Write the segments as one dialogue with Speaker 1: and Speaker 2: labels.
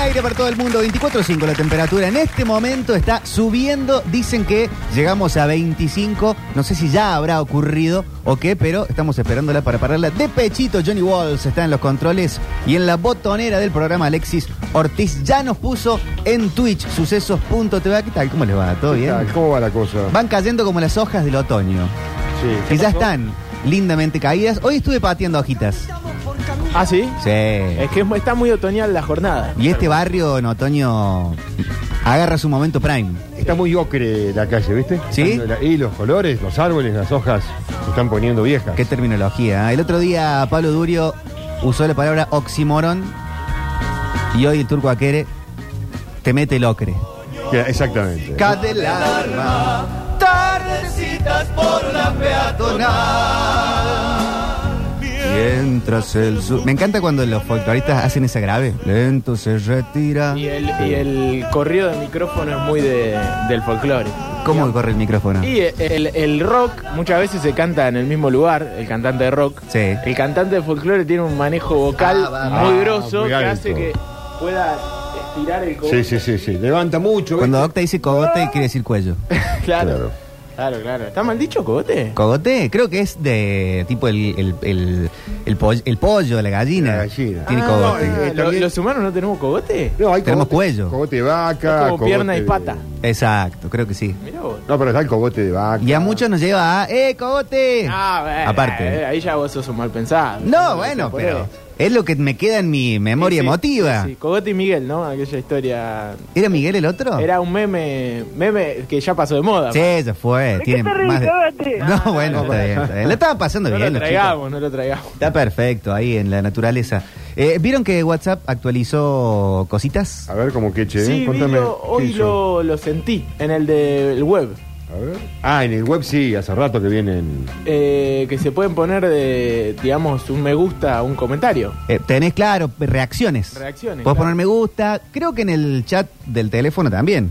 Speaker 1: aire para todo el mundo. 24.5 la temperatura. En este momento está subiendo. Dicen que llegamos a 25. No sé si ya habrá ocurrido o qué, pero estamos esperándola para pararla de pechito. Johnny Walls está en los controles y en la botonera del programa Alexis Ortiz. Ya nos puso en Twitch sucesos.tv. ¿Qué tal? ¿Cómo les va? ¿Todo bien?
Speaker 2: ¿Cómo va la cosa?
Speaker 1: Van cayendo como las hojas del otoño.
Speaker 2: Sí.
Speaker 1: Que ya están lindamente caídas. Hoy estuve pateando hojitas.
Speaker 3: Ah, sí.
Speaker 1: Sí.
Speaker 3: Es que es- está muy otoñal la jornada.
Speaker 1: Y este barrio en otoño agarra su momento prime.
Speaker 2: Está muy ocre la calle, ¿viste?
Speaker 1: Sí.
Speaker 2: La- Y los colores, los árboles, las hojas se están poniendo viejas.
Speaker 1: Qué terminología. ¿eh? El otro día Pablo Durio usó la palabra oxímoron y hoy el turco Aquere te mete el ocre.
Speaker 2: Que- Exactamente.
Speaker 1: Cadel alma, tardecitas por la peatonal. Mientras el sur... Me encanta cuando los folcloristas hacen ese grave. Lento se retira.
Speaker 3: Y el, y el corrido de micrófono es muy de- del folclore.
Speaker 1: ¿Cómo corre el micrófono?
Speaker 3: Y el, el rock muchas veces se canta en el mismo lugar, el cantante de rock.
Speaker 1: Sí.
Speaker 3: El cantante de folclore tiene un manejo vocal
Speaker 1: Ah, va,
Speaker 3: muy
Speaker 2: va.
Speaker 3: grosso
Speaker 2: Muy
Speaker 3: que
Speaker 2: alto.
Speaker 3: hace que pueda estirar el cogote.
Speaker 2: Sí, sí, sí, sí. Levanta mucho. ¿viste?
Speaker 1: Cuando Octa dice cogote quiere decir cuello.
Speaker 3: Claro.
Speaker 2: Claro.
Speaker 3: claro. Claro, ¿Está mal dicho cogote?
Speaker 1: Cogote, creo que es de tipo el, el, el, el, poll- el pollo, la gallina.
Speaker 2: La gallina.
Speaker 1: Tiene
Speaker 3: Ah,
Speaker 1: cogote.
Speaker 3: no, eh, lo-
Speaker 2: También-
Speaker 3: ¿Los humanos no tenemos cogote?
Speaker 2: No, hay
Speaker 1: Tenemos
Speaker 2: cogote-
Speaker 1: cuello.
Speaker 2: Cogote de vaca.
Speaker 3: Es como pierna y
Speaker 2: cogote de-
Speaker 3: pata.
Speaker 1: Exacto, creo que sí.
Speaker 3: Mirá vos.
Speaker 2: No, pero está el cogote de vaca.
Speaker 1: Y a muchos nos lleva a ¡Eh, cogote!
Speaker 3: Ah, bueno, eh,
Speaker 1: Aparte.
Speaker 3: Ahí ya vos sos un mal pensado.
Speaker 1: No, bueno,
Speaker 3: Por
Speaker 1: pero
Speaker 3: eso.
Speaker 1: es lo que me queda en mi memoria
Speaker 3: Sí, sí,
Speaker 1: emotiva.
Speaker 3: sí, sí. Cogote y Miguel, ¿no? Aquella historia.
Speaker 1: ¿Era Miguel el otro?
Speaker 3: Era un meme, meme que ya pasó de moda.
Speaker 1: Ah. Sí, ya fue. Tiene más de- No, Ah, bueno, está bien, está bien. La estaban pasando
Speaker 3: No
Speaker 1: bien
Speaker 3: lo
Speaker 1: los chicos.
Speaker 3: traigamos, no lo traigamos.
Speaker 1: Está perfecto ahí en la naturaleza. Eh, ¿Vieron que WhatsApp actualizó cositas?
Speaker 2: A ver, como que che. eh,
Speaker 3: sí, vi
Speaker 2: contame.
Speaker 3: lo-
Speaker 2: ¿qué
Speaker 3: hoy
Speaker 2: hizo?
Speaker 3: lo, lo sentí en el del web.
Speaker 2: A ver. Ah, en el web sí, hace rato que vienen.
Speaker 3: eh, que se pueden poner, de, digamos, un me gusta a un comentario.
Speaker 1: Eh, tenés, claro, reacciones.
Speaker 3: Reacciones,
Speaker 1: Podés
Speaker 3: claro.
Speaker 1: poner me gusta. Creo que en el chat del teléfono también.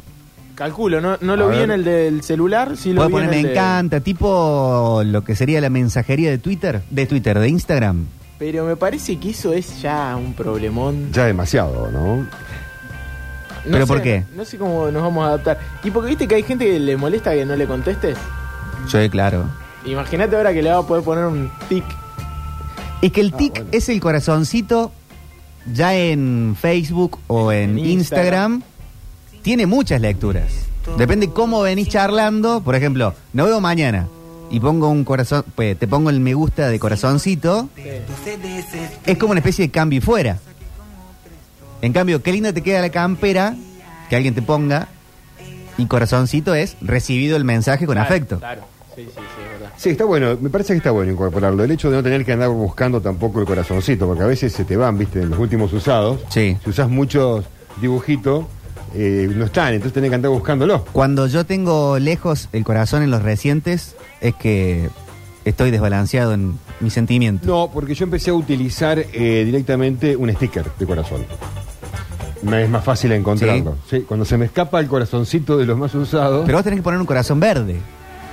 Speaker 3: Calculo, no, no lo
Speaker 2: A
Speaker 3: vi
Speaker 2: ver.
Speaker 3: en el del celular, sí lo
Speaker 1: Podés
Speaker 3: vi
Speaker 1: poner
Speaker 3: en
Speaker 1: me
Speaker 3: el de-
Speaker 1: encanta, tipo lo que sería la mensajería de Twitter, de Twitter, de Instagram.
Speaker 3: Pero me parece que eso es ya un problemón.
Speaker 2: Ya demasiado, ¿no?
Speaker 3: No
Speaker 1: ¿Pero
Speaker 3: sé,
Speaker 1: por qué?
Speaker 3: No sé cómo nos vamos a adaptar. Y porque viste que hay gente que le molesta que no le contestes.
Speaker 1: Sí, eh, claro.
Speaker 3: Imagínate ahora que le va a poder poner un tic.
Speaker 1: Es que el
Speaker 2: Ah,
Speaker 1: tic
Speaker 2: bueno.
Speaker 1: es el corazoncito ya en Facebook o en,
Speaker 3: En
Speaker 1: Instagram.
Speaker 3: Instagram.
Speaker 1: Tiene muchas lecturas. Depende cómo venís charlando. Por ejemplo, no veo mañana y pongo un corazón, pues, te pongo el me gusta de corazoncito. Es como una especie de cambio y fuera. En cambio, qué linda te queda la campera que alguien te ponga. Y corazoncito es recibido el mensaje con
Speaker 3: Claro,
Speaker 1: afecto.
Speaker 3: Claro, sí, sí, sí, es verdad.
Speaker 2: Sí, está bueno. Me parece que está bueno incorporarlo. El hecho de no tener que andar buscando tampoco el corazoncito, porque a veces se te van, viste, en los últimos usados.
Speaker 1: Sí.
Speaker 2: Si usás muchos dibujitos, eh, no están, entonces tenés que andar buscándolo.
Speaker 1: Cuando yo tengo lejos el corazón en los recientes, es que estoy desbalanceado en mi sentimiento.
Speaker 2: No, porque yo empecé a utilizar eh, directamente un sticker de corazón. Me es más fácil encontrarlo. ¿Sí? Cuando se me escapa el corazoncito de los más usados.
Speaker 1: Pero vos tenés que poner un corazón verde.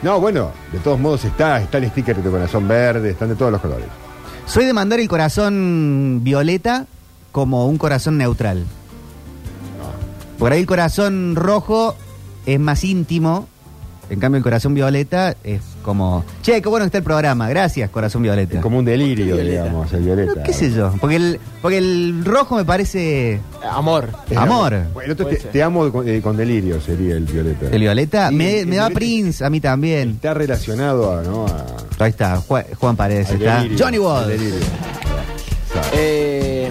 Speaker 2: No, bueno, de todos modos está, está el sticker de corazón verde, están de todos los colores.
Speaker 1: Soy de mandar el corazón violeta como un corazón neutral. Por ahí el corazón rojo es más íntimo. En cambio, el corazón violeta es como. Che, qué bueno que está el programa. Gracias, corazón violeta.
Speaker 2: Es como un delirio,
Speaker 3: Violeta.
Speaker 2: digamos, el violeta.
Speaker 1: No, ¿Qué sé yo? Porque el, porque el rojo me parece.
Speaker 3: Amor.
Speaker 2: Es
Speaker 1: Amor.
Speaker 2: Bueno, entonces
Speaker 3: Puede
Speaker 2: te,
Speaker 3: ser.
Speaker 2: te amo con, eh, con delirio sería el violeta.
Speaker 1: El violeta.
Speaker 2: Sí,
Speaker 1: me
Speaker 2: el
Speaker 1: me da
Speaker 2: violeta.
Speaker 1: Prince a mí también.
Speaker 2: Está relacionado a, ¿no? A-
Speaker 1: Ahí está, Juan, Juan Paredes
Speaker 2: al
Speaker 1: está.
Speaker 2: delirio,
Speaker 1: Johnny
Speaker 2: al
Speaker 1: Wall.
Speaker 2: delirio.
Speaker 3: Eh,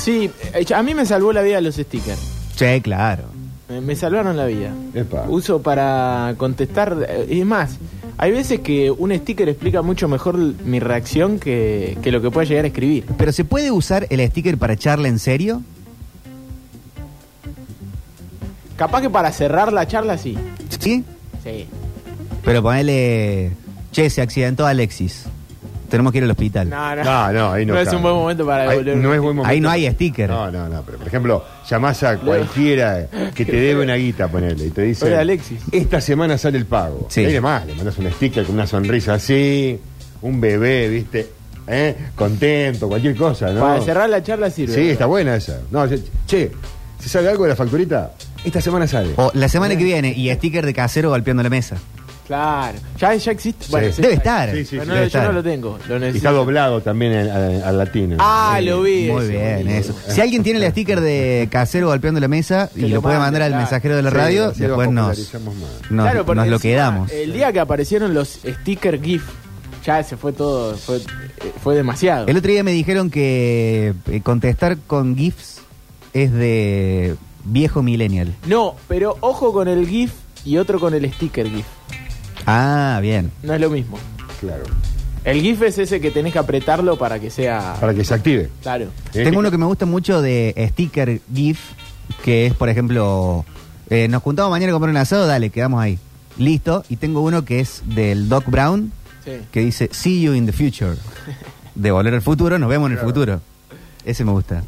Speaker 3: sí, eh, a mí me salvó la vida los stickers.
Speaker 1: Che, claro.
Speaker 3: Me, me salvaron la vida.
Speaker 2: Epa.
Speaker 3: Uso para contestar. eh, Es más, hay veces que un sticker explica mucho mejor l- mi reacción que, que lo que pueda llegar a escribir.
Speaker 1: Pero ¿se puede usar el sticker para charla en serio?
Speaker 3: Capaz que para cerrar la charla, sí.
Speaker 1: ¿Sí?
Speaker 3: Sí.
Speaker 1: Pero ponele. Che, se accidentó Alexis. Tenemos que ir al hospital.
Speaker 3: No, no.
Speaker 2: No, no, ahí no.
Speaker 3: es
Speaker 2: cabe.
Speaker 3: un buen momento para
Speaker 2: Ahí
Speaker 3: devolver.
Speaker 2: No
Speaker 3: un
Speaker 2: es buen momento.
Speaker 1: Ahí no hay sticker.
Speaker 2: No, no, no. Pero, por ejemplo, llamás a cualquiera que te debe una guita, ponele, y te dice.
Speaker 3: Hola, Alexis.
Speaker 2: Esta semana sale el pago.
Speaker 1: Sí.
Speaker 2: Y ahí le más, le mandas un sticker con una sonrisa así, un bebé, ¿viste? ¿eh? contento, cualquier cosa, ¿no?
Speaker 3: Para cerrar la charla sirve.
Speaker 2: Sí, está buena esa. No, che, che, ¿se sabe algo de la facturita? Esta semana sale.
Speaker 1: O la semana que viene y sticker de casero golpeando la mesa.
Speaker 3: Claro. Ya, ya existe.
Speaker 2: Sí.
Speaker 1: Debe estar.
Speaker 2: Sí, sí,
Speaker 3: Pero
Speaker 2: sí,
Speaker 3: no,
Speaker 1: debe
Speaker 3: yo
Speaker 1: estar.
Speaker 3: no lo tengo. Lo
Speaker 2: Y está
Speaker 3: necesito.
Speaker 2: doblado también en- al- al latino.
Speaker 3: Ah, lo vi.
Speaker 1: Muy
Speaker 3: ese.
Speaker 1: bien, eso. Si alguien tiene el sticker de casero golpeando la mesa y
Speaker 3: Que
Speaker 1: lo,
Speaker 3: lo
Speaker 1: puede
Speaker 3: mande,
Speaker 1: mandar al
Speaker 3: claro.
Speaker 1: mensajero de la
Speaker 2: Sí,
Speaker 1: radio,
Speaker 2: así lo
Speaker 1: después nos,
Speaker 2: popularizamos más.
Speaker 1: nos,
Speaker 3: Claro, porque
Speaker 1: nos lo
Speaker 3: encima,
Speaker 1: quedamos.
Speaker 3: El día que aparecieron los stickers GIF, ya se fue todo, fue, eh, fue demasiado.
Speaker 1: El otro día me dijeron que eh, contestar con GIFs es de viejo millennial.
Speaker 3: No, pero ojo con el GIF y otro con el sticker GIF.
Speaker 1: Ah, bien.
Speaker 3: No es lo mismo.
Speaker 2: Claro.
Speaker 3: El GIF es ese que tenés que apretarlo para que sea.
Speaker 2: Para que se active.
Speaker 3: Claro.
Speaker 1: Tengo uno que me gusta mucho de sticker GIF, que es, por ejemplo, eh, nos juntamos mañana a comprar un asado, dale, quedamos ahí. Listo. Y tengo uno que es del Doc Brown,
Speaker 3: Sí.
Speaker 1: que dice, see you in the future. De volver al futuro, nos vemos en el futuro. Ese me gusta.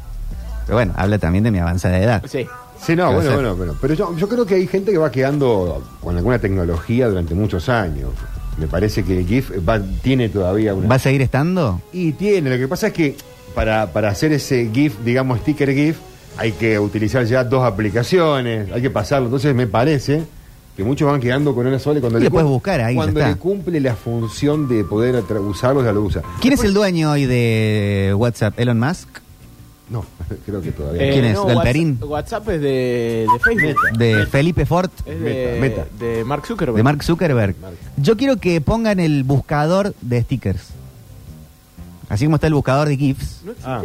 Speaker 1: Pero bueno, habla también de mi avanzada edad.
Speaker 3: Sí.
Speaker 2: Sí, no,
Speaker 1: Puede
Speaker 2: bueno,
Speaker 1: ser.
Speaker 2: bueno, bueno. Pero yo, yo creo que hay gente que va quedando con alguna tecnología durante muchos años. Me parece que el GIF va- tiene todavía una.
Speaker 1: ¿Va a seguir estando?
Speaker 2: Y tiene, lo que pasa es que para, para hacer ese GIF, digamos sticker GIF, hay que utilizar ya dos aplicaciones, hay que pasarlo. Entonces me parece que muchos van quedando con una sola y cuando
Speaker 1: Y lo puedes
Speaker 2: cum-
Speaker 1: buscar ahí, ya
Speaker 2: Cuando
Speaker 1: está.
Speaker 2: le cumple la función de poder atra- usarlo, ya lo usa.
Speaker 1: ¿Quién es el dueño hoy de WhatsApp? ¿Elon Musk?
Speaker 2: No, creo que todavía.
Speaker 1: Eh, ¿Quién es? ¿Galperín?
Speaker 3: WhatsApp, WhatsApp es de, de Facebook.
Speaker 1: ¿De Felipe Fort?
Speaker 3: Es de,
Speaker 2: Meta,
Speaker 3: de Mark Zuckerberg.
Speaker 1: ¿De Mark Zuckerberg?
Speaker 2: Mark.
Speaker 1: Yo quiero que pongan el buscador de stickers. Así como está el buscador de GIFs.
Speaker 3: No existe.
Speaker 2: Ah.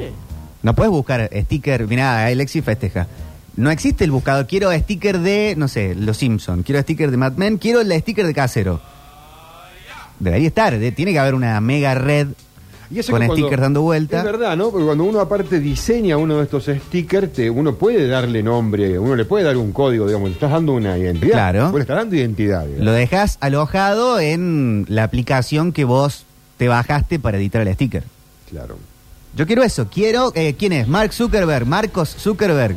Speaker 1: No puedes buscar sticker. Mirá, Alexi festeja. No existe el buscador. Quiero sticker de, no sé, Los Simpson. Quiero sticker de Mad Men. Quiero el sticker de Casero. Debería estar. de- tiene que haber una mega red.
Speaker 2: Y eso
Speaker 1: con
Speaker 2: que cuando-
Speaker 1: stickers dando vuelta.
Speaker 2: Es verdad, ¿no? Porque cuando uno aparte diseña uno de estos stickers, te- uno puede darle nombre, uno le puede dar un código, digamos, le estás dando una identidad.
Speaker 1: Claro.
Speaker 2: Vos le estás dando identidad. digamos.
Speaker 1: Lo dejas alojado en la aplicación que vos te bajaste para editar el sticker.
Speaker 2: Claro.
Speaker 1: Yo quiero eso. Quiero. eh, ¿Quién es? Mark Zuckerberg. Marcos Zuckerberg.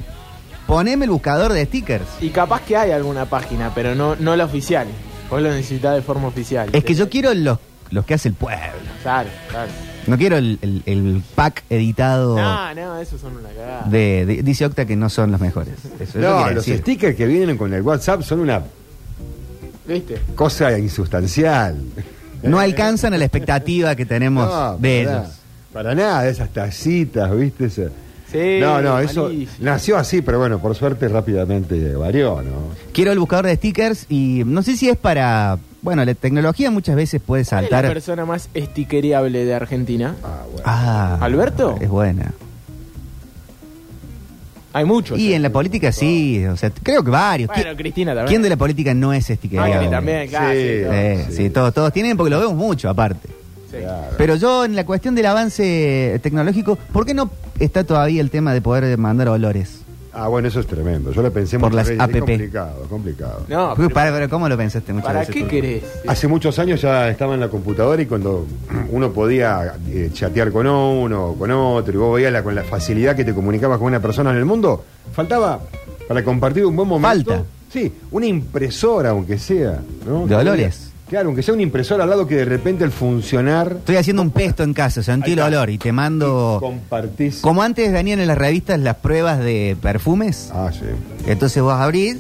Speaker 1: Poneme el buscador de stickers.
Speaker 3: Y capaz que hay alguna página, pero no, no la oficial. Vos lo necesitas de forma oficial.
Speaker 1: Es que yo quiero los, los que hace el pueblo.
Speaker 3: Claro, claro.
Speaker 1: No quiero el, el- el pack editado.
Speaker 3: No, no, eso son una cagada.
Speaker 1: de, de- dice Octa que no son los mejores. Eso es lo que
Speaker 2: No,
Speaker 1: quiere
Speaker 2: los
Speaker 1: decir.
Speaker 2: stickers que vienen con el WhatsApp son una
Speaker 3: ¿Viste?
Speaker 2: cosa insustancial.
Speaker 1: No alcanzan a la expectativa que tenemos
Speaker 2: No,
Speaker 1: de
Speaker 2: para,
Speaker 1: ellos.
Speaker 2: Para nada, esas tacitas, ¿viste? Esa-
Speaker 3: Sí,
Speaker 2: no, no, eso
Speaker 3: Eh, malísimo.
Speaker 2: nació así, pero bueno, por suerte rápidamente varió, ¿no?
Speaker 1: Quiero el buscador de stickers y no sé si es para. Bueno, la tecnología muchas veces puede
Speaker 3: ¿Cuál es la
Speaker 1: saltar.
Speaker 3: persona más estickereable de Argentina?
Speaker 2: Ah, bueno.
Speaker 1: Ah,
Speaker 3: ¿Alberto?
Speaker 1: Es buena.
Speaker 3: Hay muchos. ¿eh?
Speaker 1: Y en la política sí, o sea, creo que varios.
Speaker 3: Bueno,
Speaker 1: ¿Qui-
Speaker 3: Cristina también.
Speaker 1: ¿Quién de la política no es este
Speaker 3: Macri
Speaker 1: stickerable?
Speaker 3: también, claro.
Speaker 2: Sí.
Speaker 3: sí, claro,
Speaker 1: Eh,
Speaker 2: Sí.
Speaker 1: sí, todos, todos tienen porque lo vemos mucho aparte.
Speaker 3: sí.
Speaker 2: Claro.
Speaker 1: Pero yo en la cuestión del avance tecnológico, ¿por qué no está todavía el tema de poder mandar olores?
Speaker 2: Ah, bueno, eso es tremendo. Yo lo pensé
Speaker 1: Por
Speaker 2: muchas
Speaker 1: las
Speaker 2: veces, es
Speaker 1: APP.
Speaker 2: complicado, es complicado.
Speaker 3: No,
Speaker 1: Porque
Speaker 3: pero
Speaker 1: para, pero ¿Cómo lo pensaste muchas
Speaker 3: ¿para
Speaker 1: veces Ah,
Speaker 3: qué
Speaker 1: tú?
Speaker 3: querés?
Speaker 2: Hace muchos años ya estaba en la computadora y cuando uno podía eh, chatear con uno o con otro y vos veías la, con la facilidad que te comunicabas con una persona en el mundo, faltaba para compartir un buen momento.
Speaker 1: Falta.
Speaker 2: Sí, una impresora, aunque sea. ¿no?
Speaker 1: De olores.
Speaker 2: Claro, aunque sea una impresora al lado que de repente al funcionar.
Speaker 1: Estoy haciendo un pesto en casa, sentí
Speaker 2: Ahí
Speaker 1: el
Speaker 2: está.
Speaker 1: olor y te mando...
Speaker 2: Compartís.
Speaker 1: Como antes venían en las revistas las pruebas de perfumes,
Speaker 2: Ah, sí.
Speaker 1: entonces vos abrís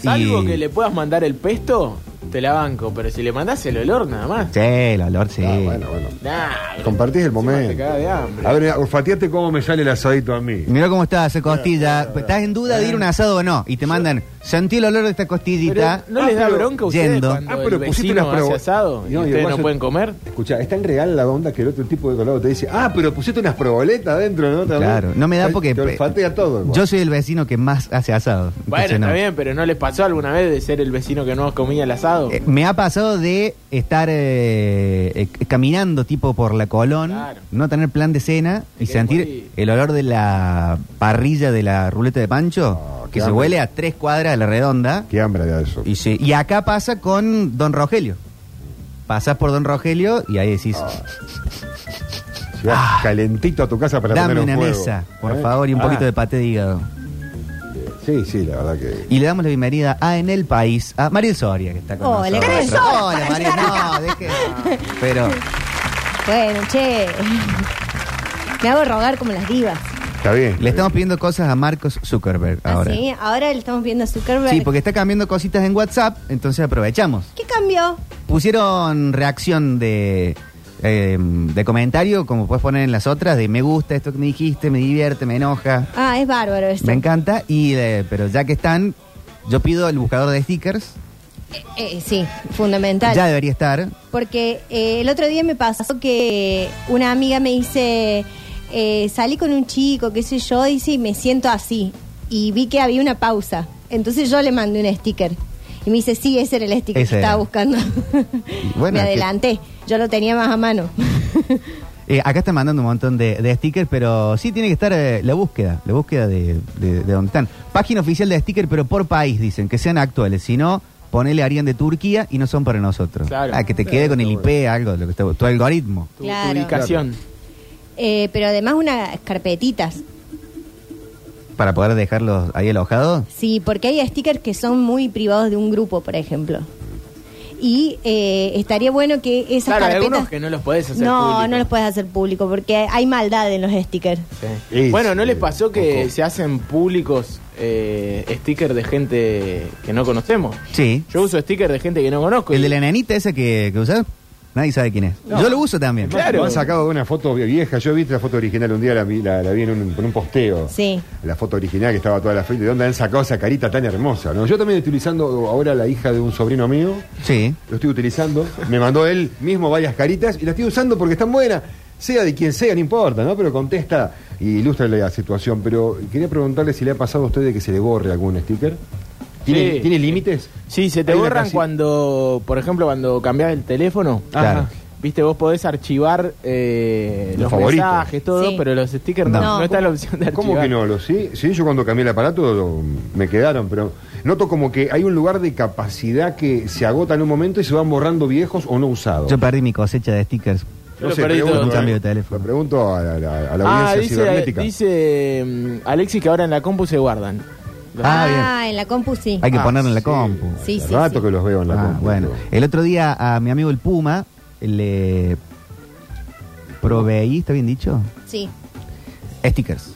Speaker 1: y...
Speaker 3: Salvo que le puedas mandar el pesto, te la banco. Pero si le mandás el olor nada más.
Speaker 1: Sí, el olor, sí.
Speaker 2: Ah, bueno, bueno.
Speaker 3: Nah, bro.
Speaker 2: Compartís el
Speaker 3: Encima Te
Speaker 2: momento.
Speaker 3: cagas de hambre.
Speaker 2: A ver, olfateate cómo me sale el asadito a mí.
Speaker 1: Mirá cómo está, hace costilla. Estás en duda de ir a un asado o no. Y te mandan, sentí el olor de esta costillita.
Speaker 3: Eh. Pero, ¿No les da
Speaker 2: pero-
Speaker 3: bronca a ustedes
Speaker 1: yendo.
Speaker 3: cuando
Speaker 2: Ah, pero
Speaker 3: el
Speaker 2: pusiste
Speaker 3: vecino
Speaker 2: unas
Speaker 3: hace
Speaker 2: provo-
Speaker 3: asado y
Speaker 2: No, y el
Speaker 3: ustedes no
Speaker 2: guaso-
Speaker 3: pueden comer?
Speaker 2: Escucha, es tan real la onda que el otro tipo de colado te dice, ah, pero pusiste unas proboletas adentro, ¿no? También.
Speaker 1: Claro, no me da
Speaker 2: Ay,
Speaker 1: porque...
Speaker 2: Te olfatea todo.
Speaker 1: Yo soy el vecino que más hace asado.
Speaker 3: Bueno,
Speaker 1: Entonces, no.
Speaker 3: está bien, pero ¿no les pasó alguna vez de ser el vecino que no comía el asado?
Speaker 1: Eh, me ha pasado de estar eh, eh, caminando tipo por la Colón,
Speaker 3: Claro.
Speaker 1: no tener plan de cena
Speaker 3: Te
Speaker 1: y
Speaker 3: querés
Speaker 1: sentir
Speaker 3: morir.
Speaker 1: el olor de la parrilla de la ruleta de Pancho,
Speaker 2: Ah,
Speaker 1: que
Speaker 2: qué
Speaker 1: se
Speaker 2: hambre.
Speaker 1: huele a tres cuadras de la redonda.
Speaker 2: Qué hambre da eso.
Speaker 1: Y, se- y acá pasa con Don Rogelio. Pasás por Don Rogelio y ahí decís,
Speaker 2: Ah, Llegás calentito a tu casa para
Speaker 1: Ah. dame
Speaker 2: poner un
Speaker 1: una
Speaker 2: fuego.
Speaker 1: mesa, por
Speaker 2: ¿Eh?
Speaker 1: favor, y un
Speaker 2: Ah,
Speaker 1: poquito de paté de hígado.
Speaker 2: Sí, sí, la verdad que...
Speaker 1: Y le damos la bienvenida a En el País, a Mariel Soria, que está con
Speaker 4: Hola,
Speaker 1: nosotros.
Speaker 4: Mariel Soria.
Speaker 1: Hola, Mariel, no, deje- Pero
Speaker 4: Bueno, che. Me hago rogar como las divas.
Speaker 2: Está bien.
Speaker 1: Le estamos pidiendo cosas a Marcos Zuckerberg ahora.
Speaker 4: Ahora. Así, ahora le estamos viendo Ah, a Zuckerberg.
Speaker 1: Sí, porque está cambiando cositas en WhatsApp, entonces aprovechamos.
Speaker 4: ¿Qué cambió?
Speaker 1: Pusieron reacción de, eh, de comentario, como puedes poner en las otras, de me gusta esto que me dijiste, me divierte, me enoja,
Speaker 4: Ah, es bárbaro esto.
Speaker 1: me encanta. y eh, Pero ya que están, yo pido el buscador de stickers.
Speaker 4: Eh, eh, sí, fundamental.
Speaker 1: Ya debería estar.
Speaker 4: Porque eh, el otro día me pasó que una amiga me dice, eh, salí con un chico, qué sé yo, dice, y me siento así. Y vi que había una pausa. Entonces yo le mandé un sticker. Y me dice, sí, ese era el sticker
Speaker 1: Ese
Speaker 4: que estaba
Speaker 1: era.
Speaker 4: buscando.
Speaker 1: bueno,
Speaker 4: me
Speaker 1: que-
Speaker 4: adelanté. Yo lo tenía más a mano.
Speaker 1: Eh, acá están mandando un montón de, de stickers, pero sí tiene que estar eh, la búsqueda, la búsqueda de, de, de dónde están. Página oficial de stickers, pero por país, dicen, que sean actuales. Si no, ponele harían de Turquía y no son para nosotros.
Speaker 3: Claro.
Speaker 1: Ah, que te quede con el IP, algo, lo que está- tu algoritmo.
Speaker 3: Tu, tu
Speaker 4: Claro.
Speaker 3: ubicación.
Speaker 4: Eh, pero además unas carpetitas.
Speaker 1: Para poder dejarlos ahí alojados.
Speaker 4: Sí, porque hay stickers que son muy privados de un grupo, por ejemplo. Y eh, estaría bueno que esas
Speaker 3: Claro, hay
Speaker 4: carpetas...
Speaker 3: algunos que no los podés hacer
Speaker 4: No,
Speaker 3: públicos.
Speaker 4: no los puedes hacer público porque hay maldad en los stickers.
Speaker 3: Sí.
Speaker 2: Es,
Speaker 3: Bueno, ¿no les
Speaker 2: eh,
Speaker 3: pasó que
Speaker 2: poco.
Speaker 3: se hacen públicos eh, stickers de gente que no conocemos?
Speaker 1: Sí.
Speaker 3: Yo uso stickers de gente que no conozco.
Speaker 1: El
Speaker 3: y-
Speaker 1: de la nenita ese que, que usás, nadie sabe quién es. Yo lo uso también.
Speaker 2: Además,
Speaker 3: Claro.
Speaker 2: lo han sacado de una foto vieja. Yo vi la foto original un día, la, vi- la- la vi en un, en un posteo.
Speaker 4: Sí.
Speaker 2: La foto original que estaba toda la frente. ¿De dónde han sacado esa carita tan hermosa? ¿no? Yo también estoy utilizando ahora la hija de un sobrino mío.
Speaker 1: Sí.
Speaker 2: Lo estoy utilizando. Me mandó él mismo varias caritas y las estoy usando porque están buenas. Sea de quien sea, no importa, ¿no? Pero contesta y ilustra la situación. Pero quería preguntarle si le ha pasado a usted de que se le borre algún sticker. ¿Tiene,
Speaker 3: Sí.
Speaker 2: ¿tiene límites?
Speaker 3: Sí, se te
Speaker 2: Hay una
Speaker 3: borran
Speaker 2: casi-
Speaker 3: cuando, por ejemplo, cuando cambias el teléfono.
Speaker 1: Claro.
Speaker 3: Ajá. Viste, vos podés archivar eh,
Speaker 2: Los
Speaker 3: los,
Speaker 2: favoritos.
Speaker 3: mensajes, todo,
Speaker 4: Sí.
Speaker 3: pero los stickers no.
Speaker 1: No.
Speaker 3: No está la opción de archivar.
Speaker 2: ¿Cómo que no? Lo, sí, sí, yo cuando cambié el aparato lo- me quedaron, pero noto como que hay un lugar de capacidad que se agota en un momento y se van borrando viejos o no usados.
Speaker 1: Yo perdí mi cosecha de stickers.
Speaker 3: Yo lo perdí todo.
Speaker 1: Un cambio de
Speaker 2: Le
Speaker 1: teléfono.
Speaker 2: pregunto a la, a la audiencia
Speaker 3: Ah, dice,
Speaker 2: cibernética.
Speaker 3: dice mm, Alexis que ahora en la compu se guardan. Los-
Speaker 1: Ah,
Speaker 4: en la compu sí.
Speaker 1: Hay que
Speaker 2: Ah,
Speaker 1: ponerlo en la
Speaker 2: sí.
Speaker 1: compu.
Speaker 4: Sí,
Speaker 2: Hace
Speaker 4: sí,
Speaker 2: rato
Speaker 4: sí.
Speaker 2: que los veo en la
Speaker 1: Ah,
Speaker 2: compu.
Speaker 1: bueno, el otro día a mi amigo el Puma le proveí, ¿está bien dicho?
Speaker 4: Sí.
Speaker 1: Stickers.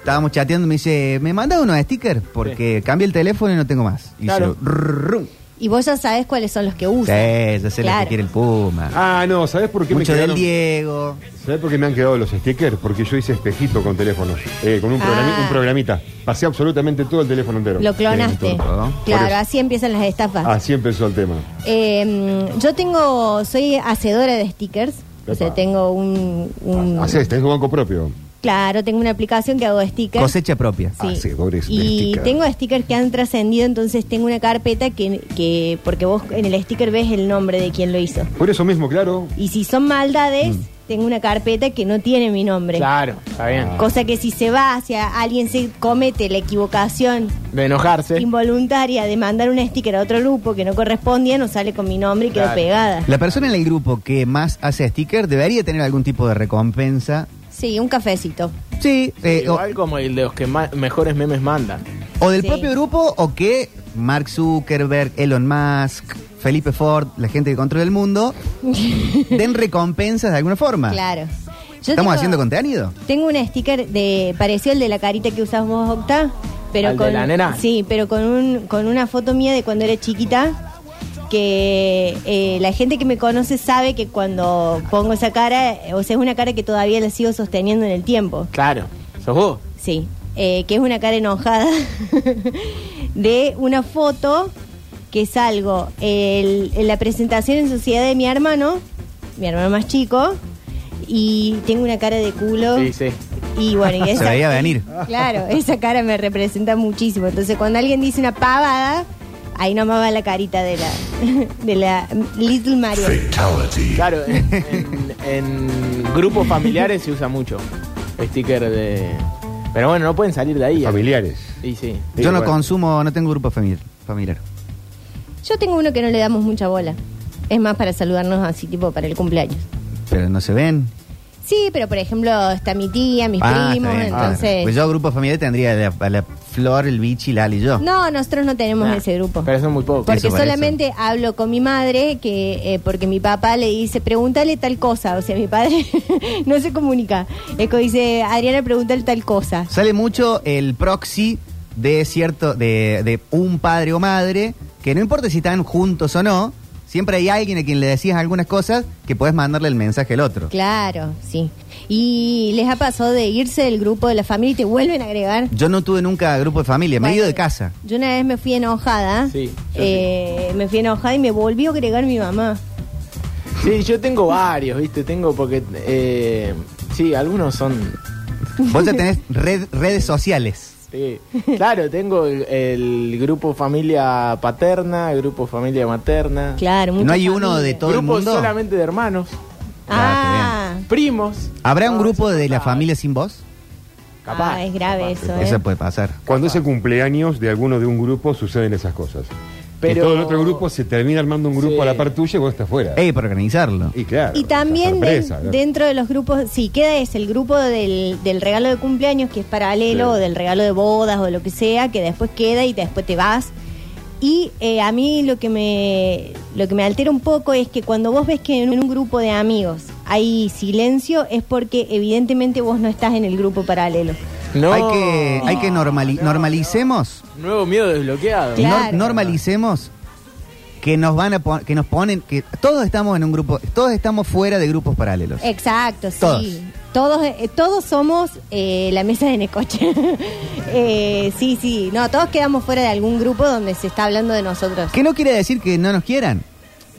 Speaker 1: Estábamos chateando y me dice, ¿me manda unos stickers? Porque cambié el teléfono y no tengo más. Y
Speaker 3: Claro.
Speaker 1: yo, "Rrrrum".
Speaker 4: Y vos ya sabés cuáles son los que
Speaker 1: Sí,
Speaker 4: usas.
Speaker 1: ya sé lo que quiere el Puma.
Speaker 2: Ah, no, ¿sabes por qué
Speaker 1: Mucho
Speaker 2: me
Speaker 1: del
Speaker 2: quedaron?
Speaker 1: Diego.
Speaker 2: ¿Sabés por qué me han quedado los stickers? Porque yo hice espejito con teléfonos, eh, con un,
Speaker 4: Ah.
Speaker 2: programi- un programita. Pasé absolutamente todo el teléfono entero.
Speaker 4: Lo clonaste.
Speaker 2: Sí, todo. Por
Speaker 4: Claro,
Speaker 2: eso. Ah,
Speaker 4: así empiezan las estafas.
Speaker 2: Así empezó el tema.
Speaker 4: Eh, yo tengo, soy hacedora de stickers. O sea,
Speaker 2: Epa. Ah,
Speaker 4: tengo un, un-
Speaker 2: Así es, tenés un banco propio.
Speaker 4: claro, tengo una aplicación que hago stickers.
Speaker 1: Cosecha propia.
Speaker 4: Sí.
Speaker 2: Hacedores de
Speaker 4: y
Speaker 2: stickers.
Speaker 4: tengo stickers que han trascendido, entonces tengo una carpeta que, que, porque vos en el sticker ves el nombre de quien lo hizo.
Speaker 2: Por eso mismo, claro.
Speaker 4: Y si son maldades, tengo una carpeta que no tiene mi nombre.
Speaker 3: Claro, está bien.
Speaker 4: Cosa que si se va hacia alguien se comete la equivocación
Speaker 3: De enojarse.
Speaker 4: involuntaria de mandar un sticker a otro grupo que no correspondía, no sale con mi nombre y quedo
Speaker 3: Claro.
Speaker 4: pegada.
Speaker 1: La persona en el grupo que más hace stickers debería tener algún tipo de recompensa.
Speaker 4: Sí, un cafecito.
Speaker 1: Sí, eh, o-
Speaker 3: Igual como el de los que ma- mejores memes mandan.
Speaker 1: O del
Speaker 4: Sí.
Speaker 1: propio grupo, o que Mark Zuckerberg, Elon Musk, Felipe Ford, la gente que controla el mundo, den recompensas de alguna forma.
Speaker 4: Claro. Yo
Speaker 1: Ah. ¿Estamos
Speaker 4: tengo-
Speaker 1: haciendo contenido?
Speaker 4: Tengo un sticker de parecido al de la carita que usás vos, Octa, pero
Speaker 3: ¿Al de
Speaker 4: con
Speaker 3: la nena?
Speaker 4: Sí, pero con un con una foto mía de cuando era chiquita que eh, la gente que me conoce sabe que cuando pongo esa cara, eh, o sea, es una cara que todavía la sigo sosteniendo en el tiempo.
Speaker 3: Claro. ¿Sos vos?
Speaker 4: Sí, eh, que es una cara enojada de una foto que salgo el- en la presentación en sociedad de mi hermano, mi hermano más chico, y tengo una cara de culo.
Speaker 3: Sí, sí.
Speaker 4: Y bueno, y
Speaker 1: Se
Speaker 4: esa,
Speaker 1: veía venir.
Speaker 4: Claro, esa cara me representa muchísimo. Entonces, cuando alguien dice una pavada, ahí nomás va la carita de la, de la Little Mario.
Speaker 3: Claro, en, en- en grupos familiares se usa mucho. Sticker de... Pero bueno, no pueden salir de ahí. eh.
Speaker 2: Familiares.
Speaker 3: Y sí.
Speaker 2: Sí,
Speaker 1: Yo no
Speaker 2: bueno.
Speaker 1: consumo, no tengo grupo famili- familiar.
Speaker 4: Yo tengo uno que no le damos mucha bola. Es más para saludarnos así, tipo para el cumpleaños.
Speaker 1: Pero no se ven.
Speaker 4: Sí, pero por ejemplo está mi tía, mis
Speaker 1: Ah, está
Speaker 4: primos,
Speaker 1: bien, claro.
Speaker 4: entonces...
Speaker 1: Pues yo, grupo familiar, tendría la, a la Flor, el Bichi, Lali y yo.
Speaker 4: No, nosotros no tenemos
Speaker 3: Nah,
Speaker 4: ese grupo.
Speaker 3: Pero son muy pocos.
Speaker 1: Por-
Speaker 4: Porque
Speaker 1: Eso parece.
Speaker 4: solamente hablo con mi madre, que eh, porque mi papá le dice, pregúntale tal cosa. O sea, mi padre no se comunica. Es como dice, Adriana, pregúntale tal cosa.
Speaker 1: Sale mucho el proxy de cierto, de, de un padre o madre, que no importa si están juntos o no, siempre hay alguien a quien le decías algunas cosas que podés mandarle el mensaje al otro.
Speaker 4: Claro, sí. ¿Y les ha pasado de irse del grupo de la familia y te vuelven a agregar?
Speaker 1: Yo no tuve nunca grupo de familia, me he ido de
Speaker 4: Bueno,
Speaker 1: casa.
Speaker 4: Yo una vez me fui enojada.
Speaker 3: Sí, yo
Speaker 4: eh, Me fui enojada y me volvió a agregar mi mamá.
Speaker 3: Sí, yo tengo varios, ¿viste? Tengo porque. eh, sí, algunos son.
Speaker 1: Vos ya tenés red- redes sociales.
Speaker 3: sí. Claro, tengo el, el grupo familia paterna, el grupo familia materna.
Speaker 4: Claro,
Speaker 1: No
Speaker 4: mucha
Speaker 1: hay uno
Speaker 4: familia.
Speaker 1: de todo el
Speaker 3: grupo
Speaker 1: mundo.
Speaker 3: solamente de hermanos,
Speaker 4: Ah,
Speaker 3: primos.
Speaker 1: ¿Habrá un
Speaker 3: No,
Speaker 1: grupo
Speaker 3: eso
Speaker 1: de la
Speaker 3: está-
Speaker 1: familia sin vos?
Speaker 3: Capaz.
Speaker 4: Ah, es grave
Speaker 3: capaz.
Speaker 4: eso, ¿eh?
Speaker 1: Eso puede pasar.
Speaker 2: Cuando es el cumpleaños de alguno de un grupo, suceden esas cosas. Pero...
Speaker 3: Pero-
Speaker 2: todo el otro grupo se termina armando un grupo
Speaker 3: Sí.
Speaker 2: a la par tuya y vos estás fuera.
Speaker 1: Ey, para organizarlo.
Speaker 2: Y claro.
Speaker 4: Y también
Speaker 2: la
Speaker 4: de-
Speaker 2: sorpresa, ¿no?
Speaker 4: dentro de los grupos, sí, queda ese, el grupo del, del regalo de cumpleaños que es paralelo,
Speaker 2: Sí.
Speaker 4: o del regalo de bodas o lo que sea, que después queda y después te vas. Y eh, a mí lo que, me, lo que me altera un poco es que cuando vos ves que en un grupo de amigos hay silencio es porque evidentemente vos no estás en el grupo paralelo.
Speaker 3: No.
Speaker 1: Hay que, hay que normali- normalicemos.
Speaker 3: Nuevo miedo desbloqueado.
Speaker 1: Nor-
Speaker 4: Claro.
Speaker 1: normalicemos que nos van a pon- que nos ponen que todos estamos en un grupo, todos estamos fuera de grupos paralelos.
Speaker 4: Exacto, sí.
Speaker 1: Todos.
Speaker 4: Todos, eh, todos somos eh, la mesa de Necoche. Eh, sí, sí. No, todos quedamos fuera de algún grupo donde se está hablando de nosotros.
Speaker 1: Que no quiere decir que no nos quieran,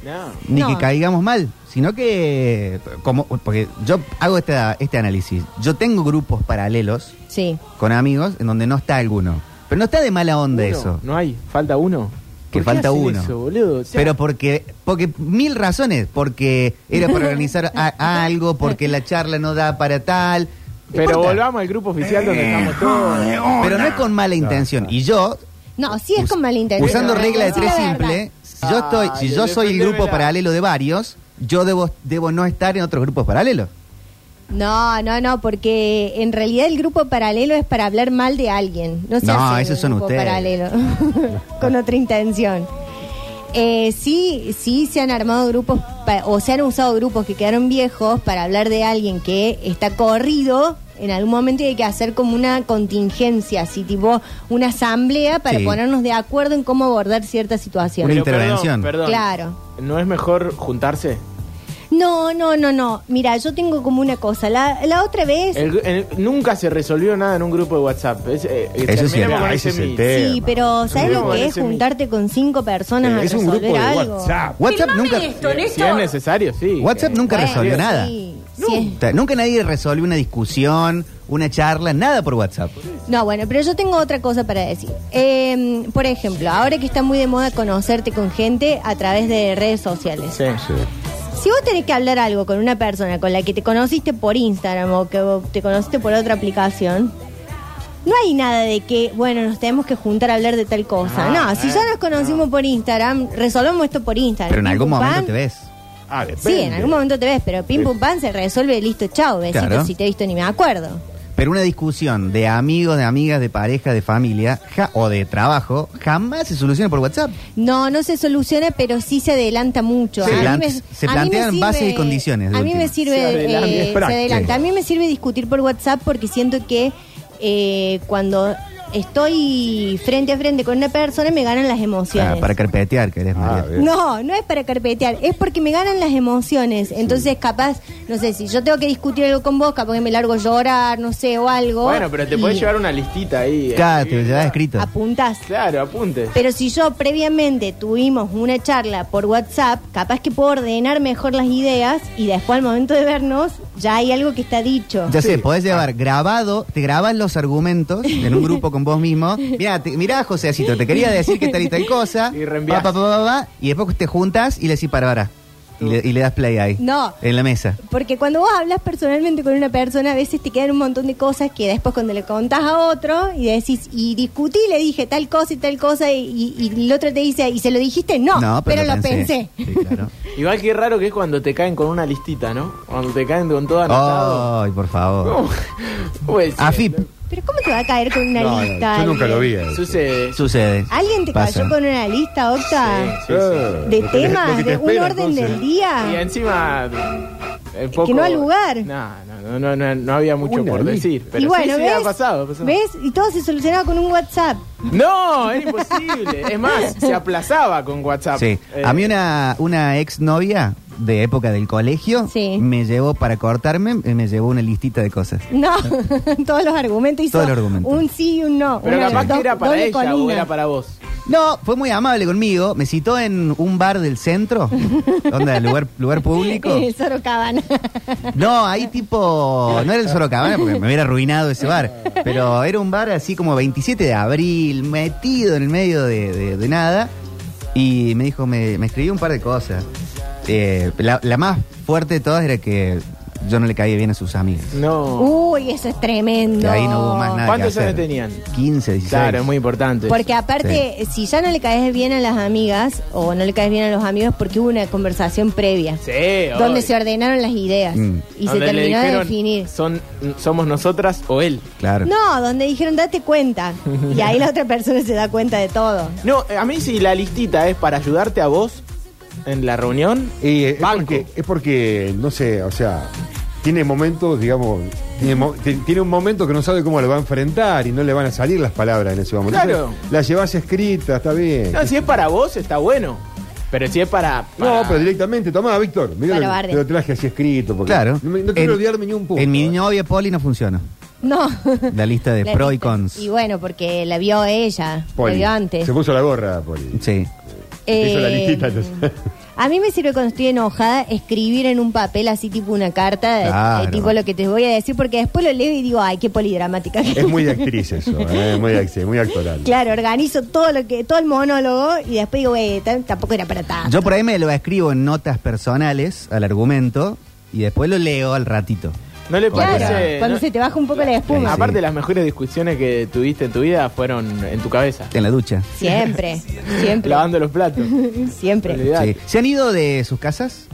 Speaker 3: No.
Speaker 1: ni
Speaker 4: No.
Speaker 1: que caigamos mal, sino que como porque yo hago esta- este análisis. Yo tengo grupos paralelos
Speaker 4: Sí.
Speaker 1: con amigos en donde no está alguno. Pero no está de mala onda
Speaker 3: Uno,
Speaker 1: eso.
Speaker 3: No hay, falta uno.
Speaker 1: Que
Speaker 3: ¿Por qué
Speaker 1: falta
Speaker 3: hacen
Speaker 1: uno.
Speaker 3: eso, boludo? O sea,
Speaker 1: Pero porque, porque mil razones, porque era para organizar a- algo, porque la charla no da para tal. No
Speaker 3: pero
Speaker 1: importa.
Speaker 3: volvamos al grupo oficial donde estamos todos.
Speaker 1: Pero no es con mala intención. Y yo,
Speaker 4: No, sí es con mala intención.
Speaker 1: usando
Speaker 4: Pero
Speaker 1: regla de
Speaker 4: sí
Speaker 1: tres
Speaker 4: la verdad.
Speaker 1: simple, si yo estoy, si
Speaker 3: Ay,
Speaker 1: yo soy el grupo
Speaker 3: defendémela.
Speaker 1: paralelo de varios, yo debo, debo no estar en otros grupos paralelos.
Speaker 4: No, no, no, porque en realidad el grupo paralelo es para hablar mal de alguien. No, se
Speaker 1: No,
Speaker 4: hace
Speaker 1: esos
Speaker 4: un
Speaker 1: son
Speaker 4: grupo
Speaker 1: ustedes.
Speaker 4: paralelo. Con otra intención. Eh, sí, sí se han armado grupos pa- o se han usado grupos que quedaron viejos para hablar de alguien que está corrido. En algún momento y hay que hacer como una contingencia, así tipo una asamblea para
Speaker 1: Sí.
Speaker 4: ponernos de acuerdo en cómo abordar cierta situación.
Speaker 1: Una
Speaker 3: Pero
Speaker 1: intervención.
Speaker 3: Perdón, perdón.
Speaker 4: Claro.
Speaker 3: ¿No es mejor juntarse?
Speaker 4: No, no, no, no. Mira, yo tengo como una cosa. La, la otra vez.
Speaker 3: El- el- nunca se resolvió nada en un grupo de WhatsApp. Es, eh,
Speaker 1: Eso es
Speaker 3: terminemos
Speaker 1: cierto.
Speaker 3: con
Speaker 2: Ah,
Speaker 3: ese
Speaker 2: ese es el
Speaker 3: mito.
Speaker 2: tema.
Speaker 4: Sí, pero ¿sabes
Speaker 3: Pero
Speaker 4: lo que es
Speaker 3: parece mi-
Speaker 4: juntarte con cinco personas a
Speaker 2: Eh, es un
Speaker 4: resolver
Speaker 2: grupo de
Speaker 4: algo?
Speaker 2: WhatsApp.
Speaker 1: WhatsApp nunca,
Speaker 3: Si es necesario, sí.
Speaker 1: WhatsApp
Speaker 3: Eh,
Speaker 1: nunca
Speaker 4: Bueno,
Speaker 1: resolvió
Speaker 4: sí,
Speaker 1: nada.
Speaker 4: sí.
Speaker 1: Ta- Nunca nadie resolvió una discusión, una charla, nada por WhatsApp.
Speaker 4: No, bueno, pero yo tengo otra cosa para decir. Eh, por ejemplo, ahora que está muy de moda conocerte con gente a través de redes sociales.
Speaker 3: Sí.
Speaker 4: Si vos tenés que hablar algo con una persona con la que te conociste por Instagram o que vos te conociste por otra aplicación, no hay nada de que, bueno, nos tenemos que juntar a hablar de tal cosa.
Speaker 3: Ah,
Speaker 4: no, si
Speaker 3: eh,
Speaker 4: ya nos conocimos por Instagram, resolvamos esto por Instagram.
Speaker 1: Pero en
Speaker 4: Pim,
Speaker 1: algún
Speaker 4: pum,
Speaker 1: momento
Speaker 4: pam.
Speaker 1: te ves.
Speaker 2: Ah, depende.
Speaker 4: Sí, en algún momento te ves, pero pim pum pan se resuelve, listo, chao, besitos,
Speaker 1: Claro.
Speaker 4: si te he visto ni me acuerdo.
Speaker 1: Pero una discusión de amigos, de amigas, de pareja, de familia ja- o de trabajo jamás se soluciona por WhatsApp.
Speaker 4: No, no se soluciona, pero sí se adelanta mucho.
Speaker 1: Se
Speaker 4: A mí
Speaker 1: plan-
Speaker 4: me-
Speaker 1: se
Speaker 4: a mí me
Speaker 1: plantean
Speaker 4: sirve-
Speaker 1: bases y condiciones, de
Speaker 4: A mí me
Speaker 1: última.
Speaker 4: sirve,
Speaker 3: Se adelanta.
Speaker 4: eh,
Speaker 3: Es
Speaker 4: se
Speaker 2: práctica.
Speaker 4: adelanta. A mí me sirve discutir por WhatsApp porque siento que eh, cuando estoy frente a frente con una persona me ganan las emociones.
Speaker 1: Ah, para carpetear, querés,
Speaker 2: Ah,
Speaker 1: María.
Speaker 2: bien.
Speaker 4: No, no es para carpetear, es porque me ganan las emociones. Entonces, capaz, no sé, si yo tengo que discutir algo con vos, capaz que me largo a llorar, no sé, o algo.
Speaker 3: Bueno, pero te podés
Speaker 4: y
Speaker 3: llevar una listita ahí. eh.
Speaker 1: Claro, te lo llevas escrito.
Speaker 4: Apuntás.
Speaker 3: Claro, apuntes.
Speaker 4: Pero si yo previamente tuvimos una charla por WhatsApp, capaz que puedo ordenar mejor las ideas y después al momento de vernos ya hay algo que está dicho.
Speaker 1: Ya sé, podés
Speaker 3: Ah.
Speaker 1: llevar grabado, te grabas los argumentos en un grupo con vos mismo. Mirá, te- mirá, Josécito, te quería decir que tal y tal cosa.
Speaker 3: Y reenviás.
Speaker 1: Pa, pa, pa, pa, pa, y después te juntas y le decís para ahora. Y le, y le das play ahí.
Speaker 4: No.
Speaker 1: En la mesa.
Speaker 4: Porque cuando vos hablas personalmente con una persona, a veces te quedan un montón de cosas que después cuando le contás a otro y decís, y discutí, le dije tal cosa y tal cosa, y, y- y el otro te dice, ¿y se lo dijiste? No, pero, lo pensé.
Speaker 1: Sí, claro.
Speaker 3: Igual que raro que es cuando te caen con una listita, ¿no? Cuando te caen con todo anotado.
Speaker 1: Ay, por favor.
Speaker 3: ¿Cómo? ¿Cómo decir?
Speaker 1: AFIP
Speaker 4: Pero ¿cómo te va a caer con una
Speaker 2: No, no,
Speaker 4: lista?
Speaker 2: yo nunca lo vi.
Speaker 4: alguien?
Speaker 2: eh.
Speaker 3: Sucede.
Speaker 1: sucede.
Speaker 4: ¿Alguien te
Speaker 1: Pasa.
Speaker 4: cayó con una lista, Octa?
Speaker 2: Ah,
Speaker 3: Sí, sí.
Speaker 4: De
Speaker 2: lo que- lo
Speaker 4: temas,
Speaker 2: que te
Speaker 4: de un
Speaker 2: espera,
Speaker 4: orden
Speaker 2: entonces.
Speaker 4: del
Speaker 1: Ah.
Speaker 4: día.
Speaker 3: Y encima. eh, poco-
Speaker 4: no al lugar.
Speaker 3: No, no, no, no, no había mucho
Speaker 2: Una
Speaker 3: por
Speaker 2: lista.
Speaker 3: decir. Pero
Speaker 4: y bueno,
Speaker 3: sí, sí,
Speaker 4: ¿ves?
Speaker 3: ha pasado, ha pasado.
Speaker 4: ¿Ves? Y todo se solucionaba con un WhatsApp.
Speaker 3: No, era imposible. Es más, se aplazaba con WhatsApp.
Speaker 1: Sí.
Speaker 3: Eh,
Speaker 1: A mí una, una ex novia de época del colegio
Speaker 4: Sí.
Speaker 1: me llevó para cortarme, eh, me llevó una listita de cosas.
Speaker 4: No, todos los argumentos hizo
Speaker 1: Todos los argumentos.
Speaker 4: un sí y un no.
Speaker 3: Pero
Speaker 4: Una
Speaker 3: capaz
Speaker 4: do-
Speaker 3: que era para
Speaker 4: doble
Speaker 3: ella o
Speaker 4: columna.
Speaker 3: era para vos.
Speaker 1: No, fue muy amable conmigo. Me citó en un bar del centro, onda, lugar, lugar público.
Speaker 4: El Sorocabana.
Speaker 1: No, ahí tipo, no era el Sorocabana porque me hubiera arruinado ese bar, pero era un bar así como 27 de abril, metido en el medio de, de- de nada, y me dijo, me, me escribió un par de cosas. Eh, la, la más fuerte de todas era que yo no le caía bien a sus amigas.
Speaker 3: No.
Speaker 4: Uy, eso es tremendo.
Speaker 1: Que ahí no hubo más nada. que
Speaker 3: ¿Cuántos años
Speaker 1: hacer.
Speaker 3: tenían?
Speaker 1: 15, 16.
Speaker 3: Claro, es muy importante.
Speaker 4: Porque aparte, si ya no le caes bien a las amigas o no le caes bien a los amigos, porque hubo una conversación previa
Speaker 3: Sí,
Speaker 4: donde
Speaker 3: obvio.
Speaker 4: se ordenaron las ideas
Speaker 1: Mm.
Speaker 4: y se
Speaker 3: Donde le
Speaker 4: terminó de
Speaker 3: dijeron,
Speaker 4: definir.
Speaker 3: Son, somos nosotras o él.
Speaker 1: Claro.
Speaker 4: No, donde dijeron date cuenta. Y ahí la otra persona se da cuenta de todo.
Speaker 3: No, a mí si la listita es para ayudarte a vos en la reunión,
Speaker 2: Y es,
Speaker 3: Banco.
Speaker 2: porque, es porque, no sé, o sea, tiene momentos, digamos, tiene, mo- ti- tiene un momento que no sabe cómo lo va a enfrentar y no le van a salir las palabras en ese momento.
Speaker 3: Claro.
Speaker 2: Entonces, La llevas escrita, está bien.
Speaker 3: no, si es para vos está bueno. Pero si es para...
Speaker 2: No,
Speaker 1: Ah.
Speaker 3: para-
Speaker 2: pero directamente, tomá, Víctor. Mira,
Speaker 4: Para
Speaker 2: lo,
Speaker 4: Barden.
Speaker 2: te lo traje así escrito. Porque
Speaker 1: Claro.
Speaker 2: No, me- no quiero
Speaker 1: En-
Speaker 2: olvidarme ni un eh, punto.
Speaker 1: En mi novia Poli no funcionó.
Speaker 4: No.
Speaker 1: La lista de
Speaker 4: La
Speaker 1: pro y
Speaker 4: lista.
Speaker 1: cons.
Speaker 4: Y bueno, porque la vio ella, la
Speaker 2: Poli.
Speaker 4: vio antes.
Speaker 2: Se puso la gorra, Poli.
Speaker 1: Sí.
Speaker 2: Se hizo la
Speaker 4: Eh,
Speaker 2: listita, entonces.
Speaker 4: A mí me sirve cuando estoy enojada escribir en un papel así tipo una carta, de-
Speaker 1: Claro.
Speaker 4: de tipo lo que te voy a decir, porque después lo leo y digo, ay, qué polidramática. que
Speaker 2: Es muy de actriz eso, ¿eh? muy, de actriz, muy actoral.
Speaker 4: Claro, organizo todo lo que todo el monólogo y después digo, güey, t- tampoco era para tanto.
Speaker 1: Yo por ahí me lo escribo en notas personales al argumento y después lo leo al ratito.
Speaker 3: No le
Speaker 1: Claro,
Speaker 3: parece...
Speaker 4: cuando
Speaker 3: no-
Speaker 4: se te baja un poco la espuma.
Speaker 3: Aparte,
Speaker 1: Sí.
Speaker 3: las mejores discusiones que tuviste en tu vida fueron en tu cabeza.
Speaker 1: En la ducha.
Speaker 4: Siempre, siempre,
Speaker 3: Lavando los platos.
Speaker 4: siempre.
Speaker 3: Olvidate.
Speaker 1: Sí. ¿Se han ido de sus casas?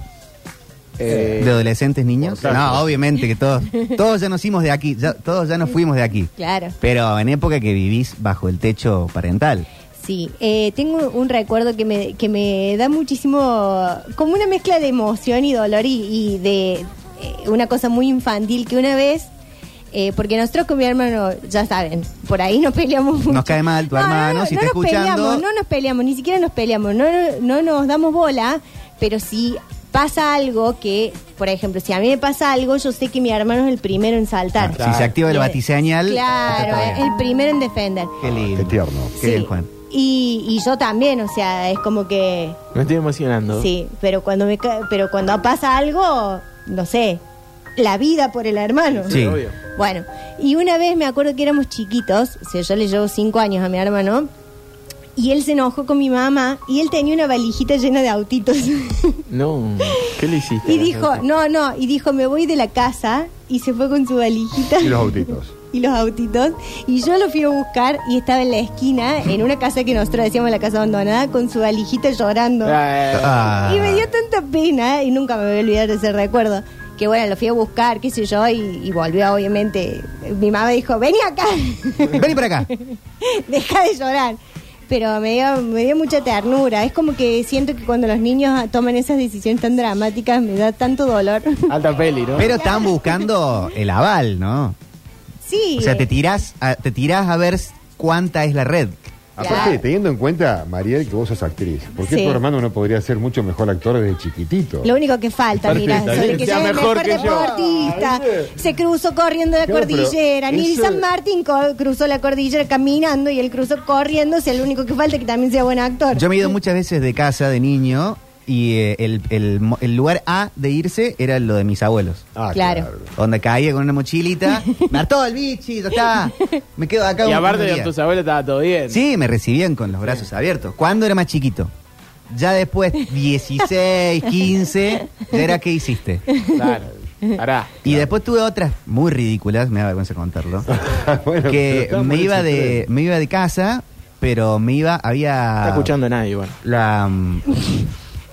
Speaker 3: Eh,
Speaker 1: ¿De adolescentes, niños?
Speaker 2: Por tanto.
Speaker 1: No, obviamente que todos, todos ya nos hicimos de aquí, ya- todos ya nos fuimos de aquí.
Speaker 4: Claro,
Speaker 1: Pero en época que vivís bajo el techo parental.
Speaker 4: sí. Eh, tengo un recuerdo que me, que me da muchísimo, como una mezcla de emoción y dolor y, y de eh, una cosa muy infantil que una vez, eh, porque nosotros con mi hermano, ya saben, por ahí nos peleamos mucho. Ah,
Speaker 1: Nos cae mal tu hermano, si
Speaker 4: no
Speaker 1: está
Speaker 4: nos
Speaker 1: escuchando.
Speaker 4: Peleamos, no nos peleamos, ni siquiera nos peleamos, no, no nos damos bola, pero si pasa algo que, por ejemplo, si a mí me pasa algo, yo sé que mi hermano es el primero en saltar. Eh,
Speaker 1: Si se activa el batiseñal.
Speaker 4: Claro,
Speaker 1: está bien.
Speaker 4: el primero en defender.
Speaker 1: Qué lindo.
Speaker 2: Qué tierno.
Speaker 1: Qué bien, Juan.
Speaker 4: Y, y yo también, o sea, es como que
Speaker 3: me estoy emocionando.
Speaker 4: sí, pero cuando me ca- pero cuando pasa algo, no sé, la vida por el hermano.
Speaker 1: Sí.
Speaker 3: Obvio.
Speaker 4: Bueno, y una vez me acuerdo que éramos chiquitos, o sea, yo le llevo cinco años a mi hermano, y él se enojó con mi mamá, y él tenía una valijita llena de autitos.
Speaker 3: No, ¿qué le hiciste?
Speaker 4: y dijo, no, no, y dijo, me voy de la casa, y se fue con su valijita.
Speaker 2: Y los autitos.
Speaker 4: y los autitos. Y yo lo fui a buscar y estaba en la esquina, en una casa que nosotros decíamos la casa abandonada, con su valijita llorando.
Speaker 3: Ah,
Speaker 1: Ah.
Speaker 4: Y me dio tanta pena, y nunca me voy a olvidar de ese recuerdo, que bueno, lo fui a buscar, qué sé yo, y, y volvió obviamente. Mi mamá dijo, vení acá,
Speaker 1: Vení para acá.
Speaker 4: deja de llorar. Pero me dio, me dio mucha ternura. Es como que siento que cuando los niños ah, toman esas decisiones tan dramáticas, me da tanto dolor.
Speaker 3: alta peli, ¿no?
Speaker 1: Pero están buscando el aval, ¿no?
Speaker 4: Sí.
Speaker 1: O sea, te tirás a, te tirás a ver cuánta es la red.
Speaker 2: Aparte,
Speaker 4: Claro.
Speaker 2: teniendo en cuenta, Mariel, que vos sos actriz, ¿por qué
Speaker 4: Sí.
Speaker 2: tu hermano no podría ser mucho mejor actor desde chiquitito?
Speaker 4: Lo único que falta,
Speaker 2: Perfecto,
Speaker 4: mira, eso de que
Speaker 3: sea
Speaker 4: sea el
Speaker 3: mejor
Speaker 4: mejor,
Speaker 3: que yo.
Speaker 4: deportista.
Speaker 2: Ah, ¿viste?
Speaker 4: se cruzó corriendo la
Speaker 2: Claro, pero
Speaker 4: cordillera. Ni
Speaker 2: eso-
Speaker 4: San Martín co- cruzó la cordillera caminando y él cruzó corriendo. Es el único que falta que también sea buen actor.
Speaker 1: Yo me he ido muchas veces de casa de niño y eh, el, el mo- el lugar A de irse era lo de mis abuelos.
Speaker 2: Ah,
Speaker 4: Claro.
Speaker 1: Donde caía con una mochilita, me hartó el bichi, ya está. Me quedo acá
Speaker 3: y
Speaker 1: un
Speaker 3: aparte de
Speaker 1: día.
Speaker 3: tus abuelos estaba todo bien.
Speaker 1: Sí, me recibían con los brazos abiertos. ¿Cuándo era más chiquito? Ya después, 16, 15, ya era qué hiciste.
Speaker 3: Claro. Pará.
Speaker 1: Y después tuve otras muy ridículas, me da vergüenza contarlo. que me iba de me iba de casa, pero me iba había
Speaker 3: No está escuchando a nadie, bueno.
Speaker 1: la, mm,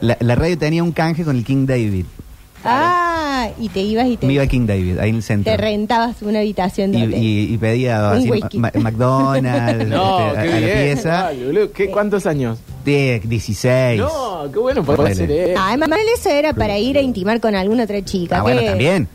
Speaker 1: la la radio tenía un canje con el King David.
Speaker 4: Ah, y te ibas y te,
Speaker 1: Me iba al King David, ahí en el centro.
Speaker 4: te rentabas una habitación de
Speaker 1: y,
Speaker 4: hotel.
Speaker 1: y- y pedía
Speaker 4: Un
Speaker 1: así,
Speaker 4: whisky.
Speaker 1: Ma- McDonald's
Speaker 3: No,
Speaker 1: este, a-
Speaker 3: qué
Speaker 1: a, la
Speaker 3: bien.
Speaker 1: pieza.
Speaker 3: Dale, boludo. eh, ¿Qué, ¿Cuántos años?
Speaker 1: De 16.
Speaker 3: No, qué bueno poder
Speaker 1: Ponele.
Speaker 3: hacer eso.
Speaker 4: Ah, además eso era para ir a intimar con alguna otra chica.
Speaker 1: Ah, bueno,
Speaker 4: que-
Speaker 1: también,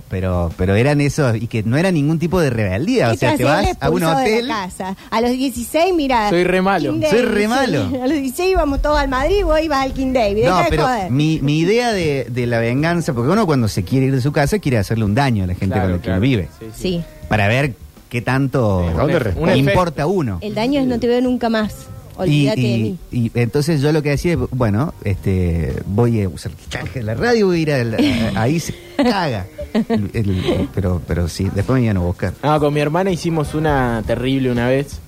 Speaker 1: pero pero pero eran esos y que no era ningún tipo de rebeldía, o
Speaker 4: ¿Qué
Speaker 1: sea, te
Speaker 4: hacías
Speaker 1: vas a
Speaker 4: expulsado
Speaker 1: un
Speaker 4: de la
Speaker 1: hotel
Speaker 4: casa? A los 16, mira.
Speaker 3: Soy re malo.
Speaker 4: King David,
Speaker 1: Soy re malo.
Speaker 4: sí. A los 16 íbamos todos al Madrid y vos ibas al King David.
Speaker 1: No,
Speaker 4: Deja de
Speaker 1: pero
Speaker 4: joder.
Speaker 1: mi, mi idea de, de la venganza, porque uno cuando se quiere ir de su casa quiere hacerle un daño a la gente
Speaker 3: Claro,
Speaker 1: con la
Speaker 3: claro.
Speaker 1: que vive,
Speaker 3: Sí, sí.
Speaker 4: Sí,
Speaker 1: para ver qué tanto
Speaker 2: Sí, ¿a dónde responde?
Speaker 3: Un
Speaker 1: importa uno.
Speaker 4: el daño es no te veo nunca más.
Speaker 1: Y,
Speaker 4: Eh, Olvídate de mí.
Speaker 1: y- y entonces yo lo que decía, bueno, este, voy a usar el canje de la radio, voy a ir a la- ahí se caga. El- el- pero, pero sí, después me iban a buscar.
Speaker 3: No, con mi hermana hicimos una terrible una vez,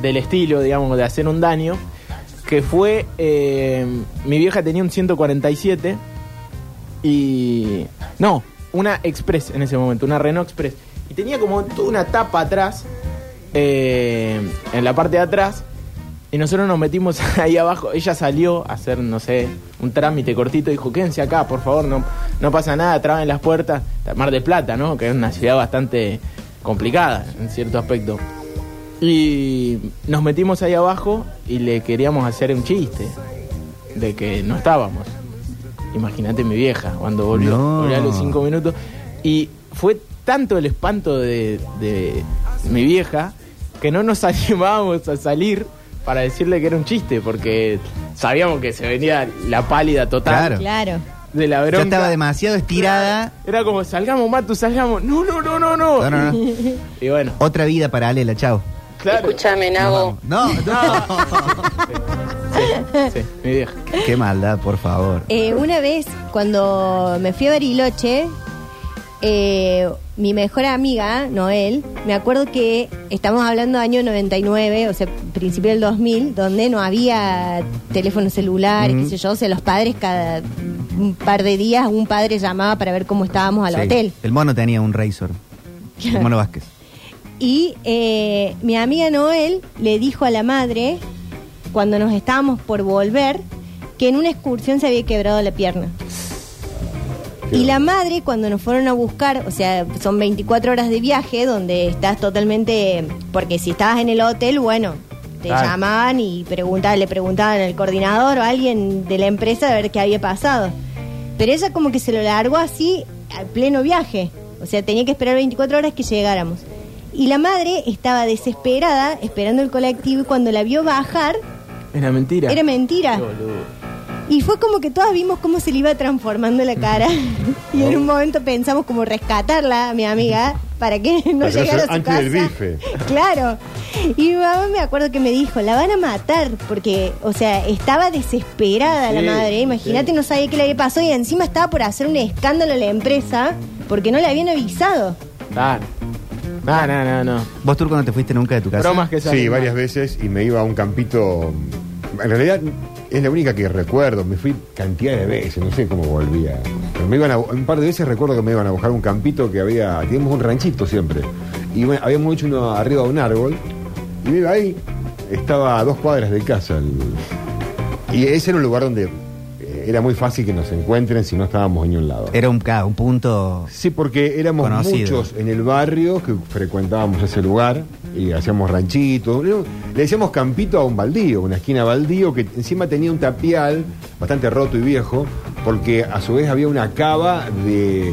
Speaker 3: del estilo, digamos, de hacer un daño, que fue, eh, mi vieja tenía un 147 y... No, una Express en ese momento, una Renault Express. Y tenía como toda una tapa atrás, eh, en la parte de atrás, y nosotros nos metimos ahí abajo. Ella salió a hacer, no sé, un trámite cortito. Dijo, quédense acá, por favor, no, no pasa nada, traben las puertas. Mar de Plata, ¿no? Que es una ciudad bastante complicada en cierto aspecto. Y nos metimos ahí abajo y le queríamos hacer un chiste de que no estábamos. Imagínate mi vieja cuando volvió,
Speaker 1: No.
Speaker 3: volvió a los cinco minutos. Y fue tanto el espanto de, de mi vieja que no nos animábamos a salir para decirle que era un chiste, porque sabíamos que se venía la pálida total
Speaker 1: Claro.
Speaker 4: Claro.
Speaker 3: de la
Speaker 1: Yo
Speaker 3: bronca.
Speaker 1: estaba demasiado estirada.
Speaker 3: Era como, salgamos, Matu, salgamos. No, no, no, no, no.
Speaker 1: No, no, no.
Speaker 3: Y bueno,
Speaker 1: Otra vida paralela, chao.
Speaker 3: claro.
Speaker 5: Escúchame,
Speaker 1: Nos
Speaker 5: Nabo.
Speaker 1: vamos. No, no.
Speaker 3: Sí, mi vieja.
Speaker 1: Qué maldad, por favor.
Speaker 4: Eh, una vez, cuando me fui a Bariloche, eh, mi mejor amiga, Noel, me acuerdo que estamos hablando de año 99, o sea, principio del 2000, donde no había teléfonos celulares,
Speaker 1: Ujú.
Speaker 4: qué sé yo, o sea, los padres cada un par de días un padre llamaba para ver cómo estábamos al
Speaker 1: Sí.
Speaker 4: hotel.
Speaker 1: El mono tenía un Razor. El mono Vázquez.
Speaker 4: Y eh, mi amiga Noel le dijo a la madre, cuando nos estábamos por volver, que en una excursión se había quebrado la pierna. Y la madre, cuando nos fueron a buscar, o sea, son 24 horas de viaje donde estás totalmente. Porque si estabas en el hotel, bueno, te
Speaker 3: Claro.
Speaker 4: llamaban y preguntaban, le preguntaban al coordinador o a alguien de la empresa a ver qué había pasado. Pero ella, como que se lo largó así, a pleno viaje. O sea, tenía que esperar 24 horas que llegáramos. Y la madre estaba desesperada, esperando el colectivo, y cuando la vio bajar,
Speaker 3: Era mentira.
Speaker 4: era mentira.
Speaker 3: Qué boludo.
Speaker 4: Y fue como que todas vimos cómo se le iba transformando la cara. y en un momento pensamos como rescatarla a mi amiga para que no
Speaker 2: Para que no
Speaker 4: llegara a
Speaker 2: sea
Speaker 4: su
Speaker 2: antes
Speaker 4: casa.
Speaker 2: del bife.
Speaker 4: Claro. Y mi mamá me acuerdo que me dijo, la van a matar, porque, o sea, estaba desesperada la
Speaker 3: Sí,
Speaker 4: madre. Imagínate,
Speaker 3: sí.
Speaker 4: no sabía qué le pasó y encima estaba por hacer un escándalo a la empresa porque no le habían avisado.
Speaker 3: Claro. No, no, no, no.
Speaker 1: ¿Vos, Turco, no te fuiste nunca de tu casa?
Speaker 3: Bromas que salen
Speaker 2: Sí,
Speaker 3: mal.
Speaker 2: varias veces y me iba a un campito. En realidad es la única que recuerdo. Me fui cantidad de veces, no sé cómo volvía. Pero me iban a- un par de veces recuerdo que me iban a buscar un campito que había. Teníamos un ranchito siempre. Y bueno, habíamos hecho uno arriba de un árbol. Y me iba ahí. Estaba a dos cuadras de casa. el- y ese era un lugar donde eh, era muy fácil que nos encuentren si no estábamos en ningún lado.
Speaker 1: Era un, ca- un punto.
Speaker 2: Sí, porque éramos
Speaker 1: Eh, Conocido.
Speaker 2: muchos en el barrio que frecuentábamos ese lugar y hacíamos ranchito. ¿no? Le decíamos campito a un baldío, una esquina baldío que encima tenía un tapial bastante roto y viejo, porque a su vez había una cava de.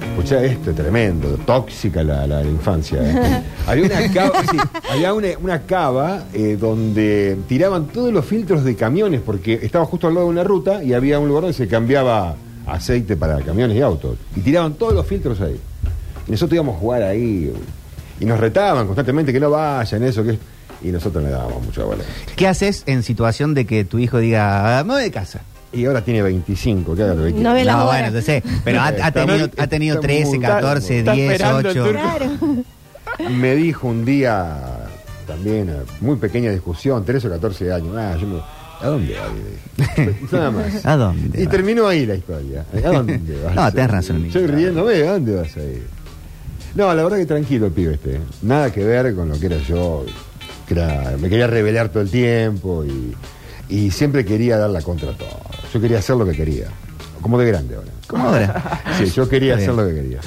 Speaker 2: Escuchá esto, tremendo, tóxica la, la- la infancia. ¿eh? había una cava, sí, había una, una cava eh, donde tiraban todos los filtros de camiones, porque estaba justo al lado de una ruta y había un lugar donde se cambiaba aceite para camiones y autos. Y tiraban todos los filtros ahí. Y nosotros íbamos a jugar ahí. Y nos retaban constantemente que no vayan, eso, que. Y nosotros le dábamos mucha bola.
Speaker 1: ¿Qué haces en situación de que tu hijo diga, "Ah, me voy de casa?
Speaker 2: Y ahora tiene 25, ¿qué haga lo que quiera.
Speaker 4: No ve la
Speaker 1: no,
Speaker 4: hora.
Speaker 1: bueno, yo sé. Pero ha, ha
Speaker 2: Está
Speaker 1: tenido,
Speaker 2: muy-
Speaker 1: ha tenido
Speaker 2: está
Speaker 1: 13,
Speaker 2: muy-
Speaker 1: 14,
Speaker 3: está
Speaker 1: 10,
Speaker 3: esperando el
Speaker 1: 8.
Speaker 3: turco.
Speaker 4: Claro.
Speaker 2: Me dijo un día, también, eh, muy pequeña discusión, 13 o 14 años. Ah, yo me- ¿A dónde va? Le dije. Nada más.
Speaker 1: ¿A dónde
Speaker 2: Y
Speaker 1: va?
Speaker 2: terminó ahí la historia. ¿A dónde vas?
Speaker 1: No, tenés razón, amigo.
Speaker 2: Estoy riéndome, ¿a dónde vas a ir? No, la verdad que tranquilo el pibe este. ¿eh? Nada que ver con lo que era yo. que era- me quería revelar todo el tiempo y, y siempre quería dar la contra a todo. Yo quería hacer lo que quería. Como de grande ahora.
Speaker 1: ¿Cómo ahora?
Speaker 2: Sí, yo quería
Speaker 1: Está
Speaker 2: hacer
Speaker 1: bien.
Speaker 2: lo que quería.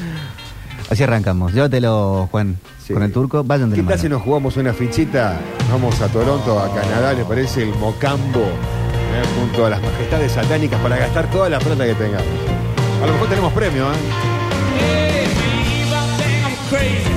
Speaker 1: Así arrancamos. Llévatelo, Juan,
Speaker 2: Sí.
Speaker 1: con el turco. Vayan de
Speaker 2: ¿Qué
Speaker 1: la
Speaker 2: tal
Speaker 1: mano.
Speaker 2: si nos jugamos una fichita? Vamos a Toronto, a Canadá, le parece el mocambo, eh, junto a las majestades satánicas para gastar toda la plata que tengamos. A lo mejor tenemos premio, ¿eh?
Speaker 5: Hey, babe, I think I'm crazy.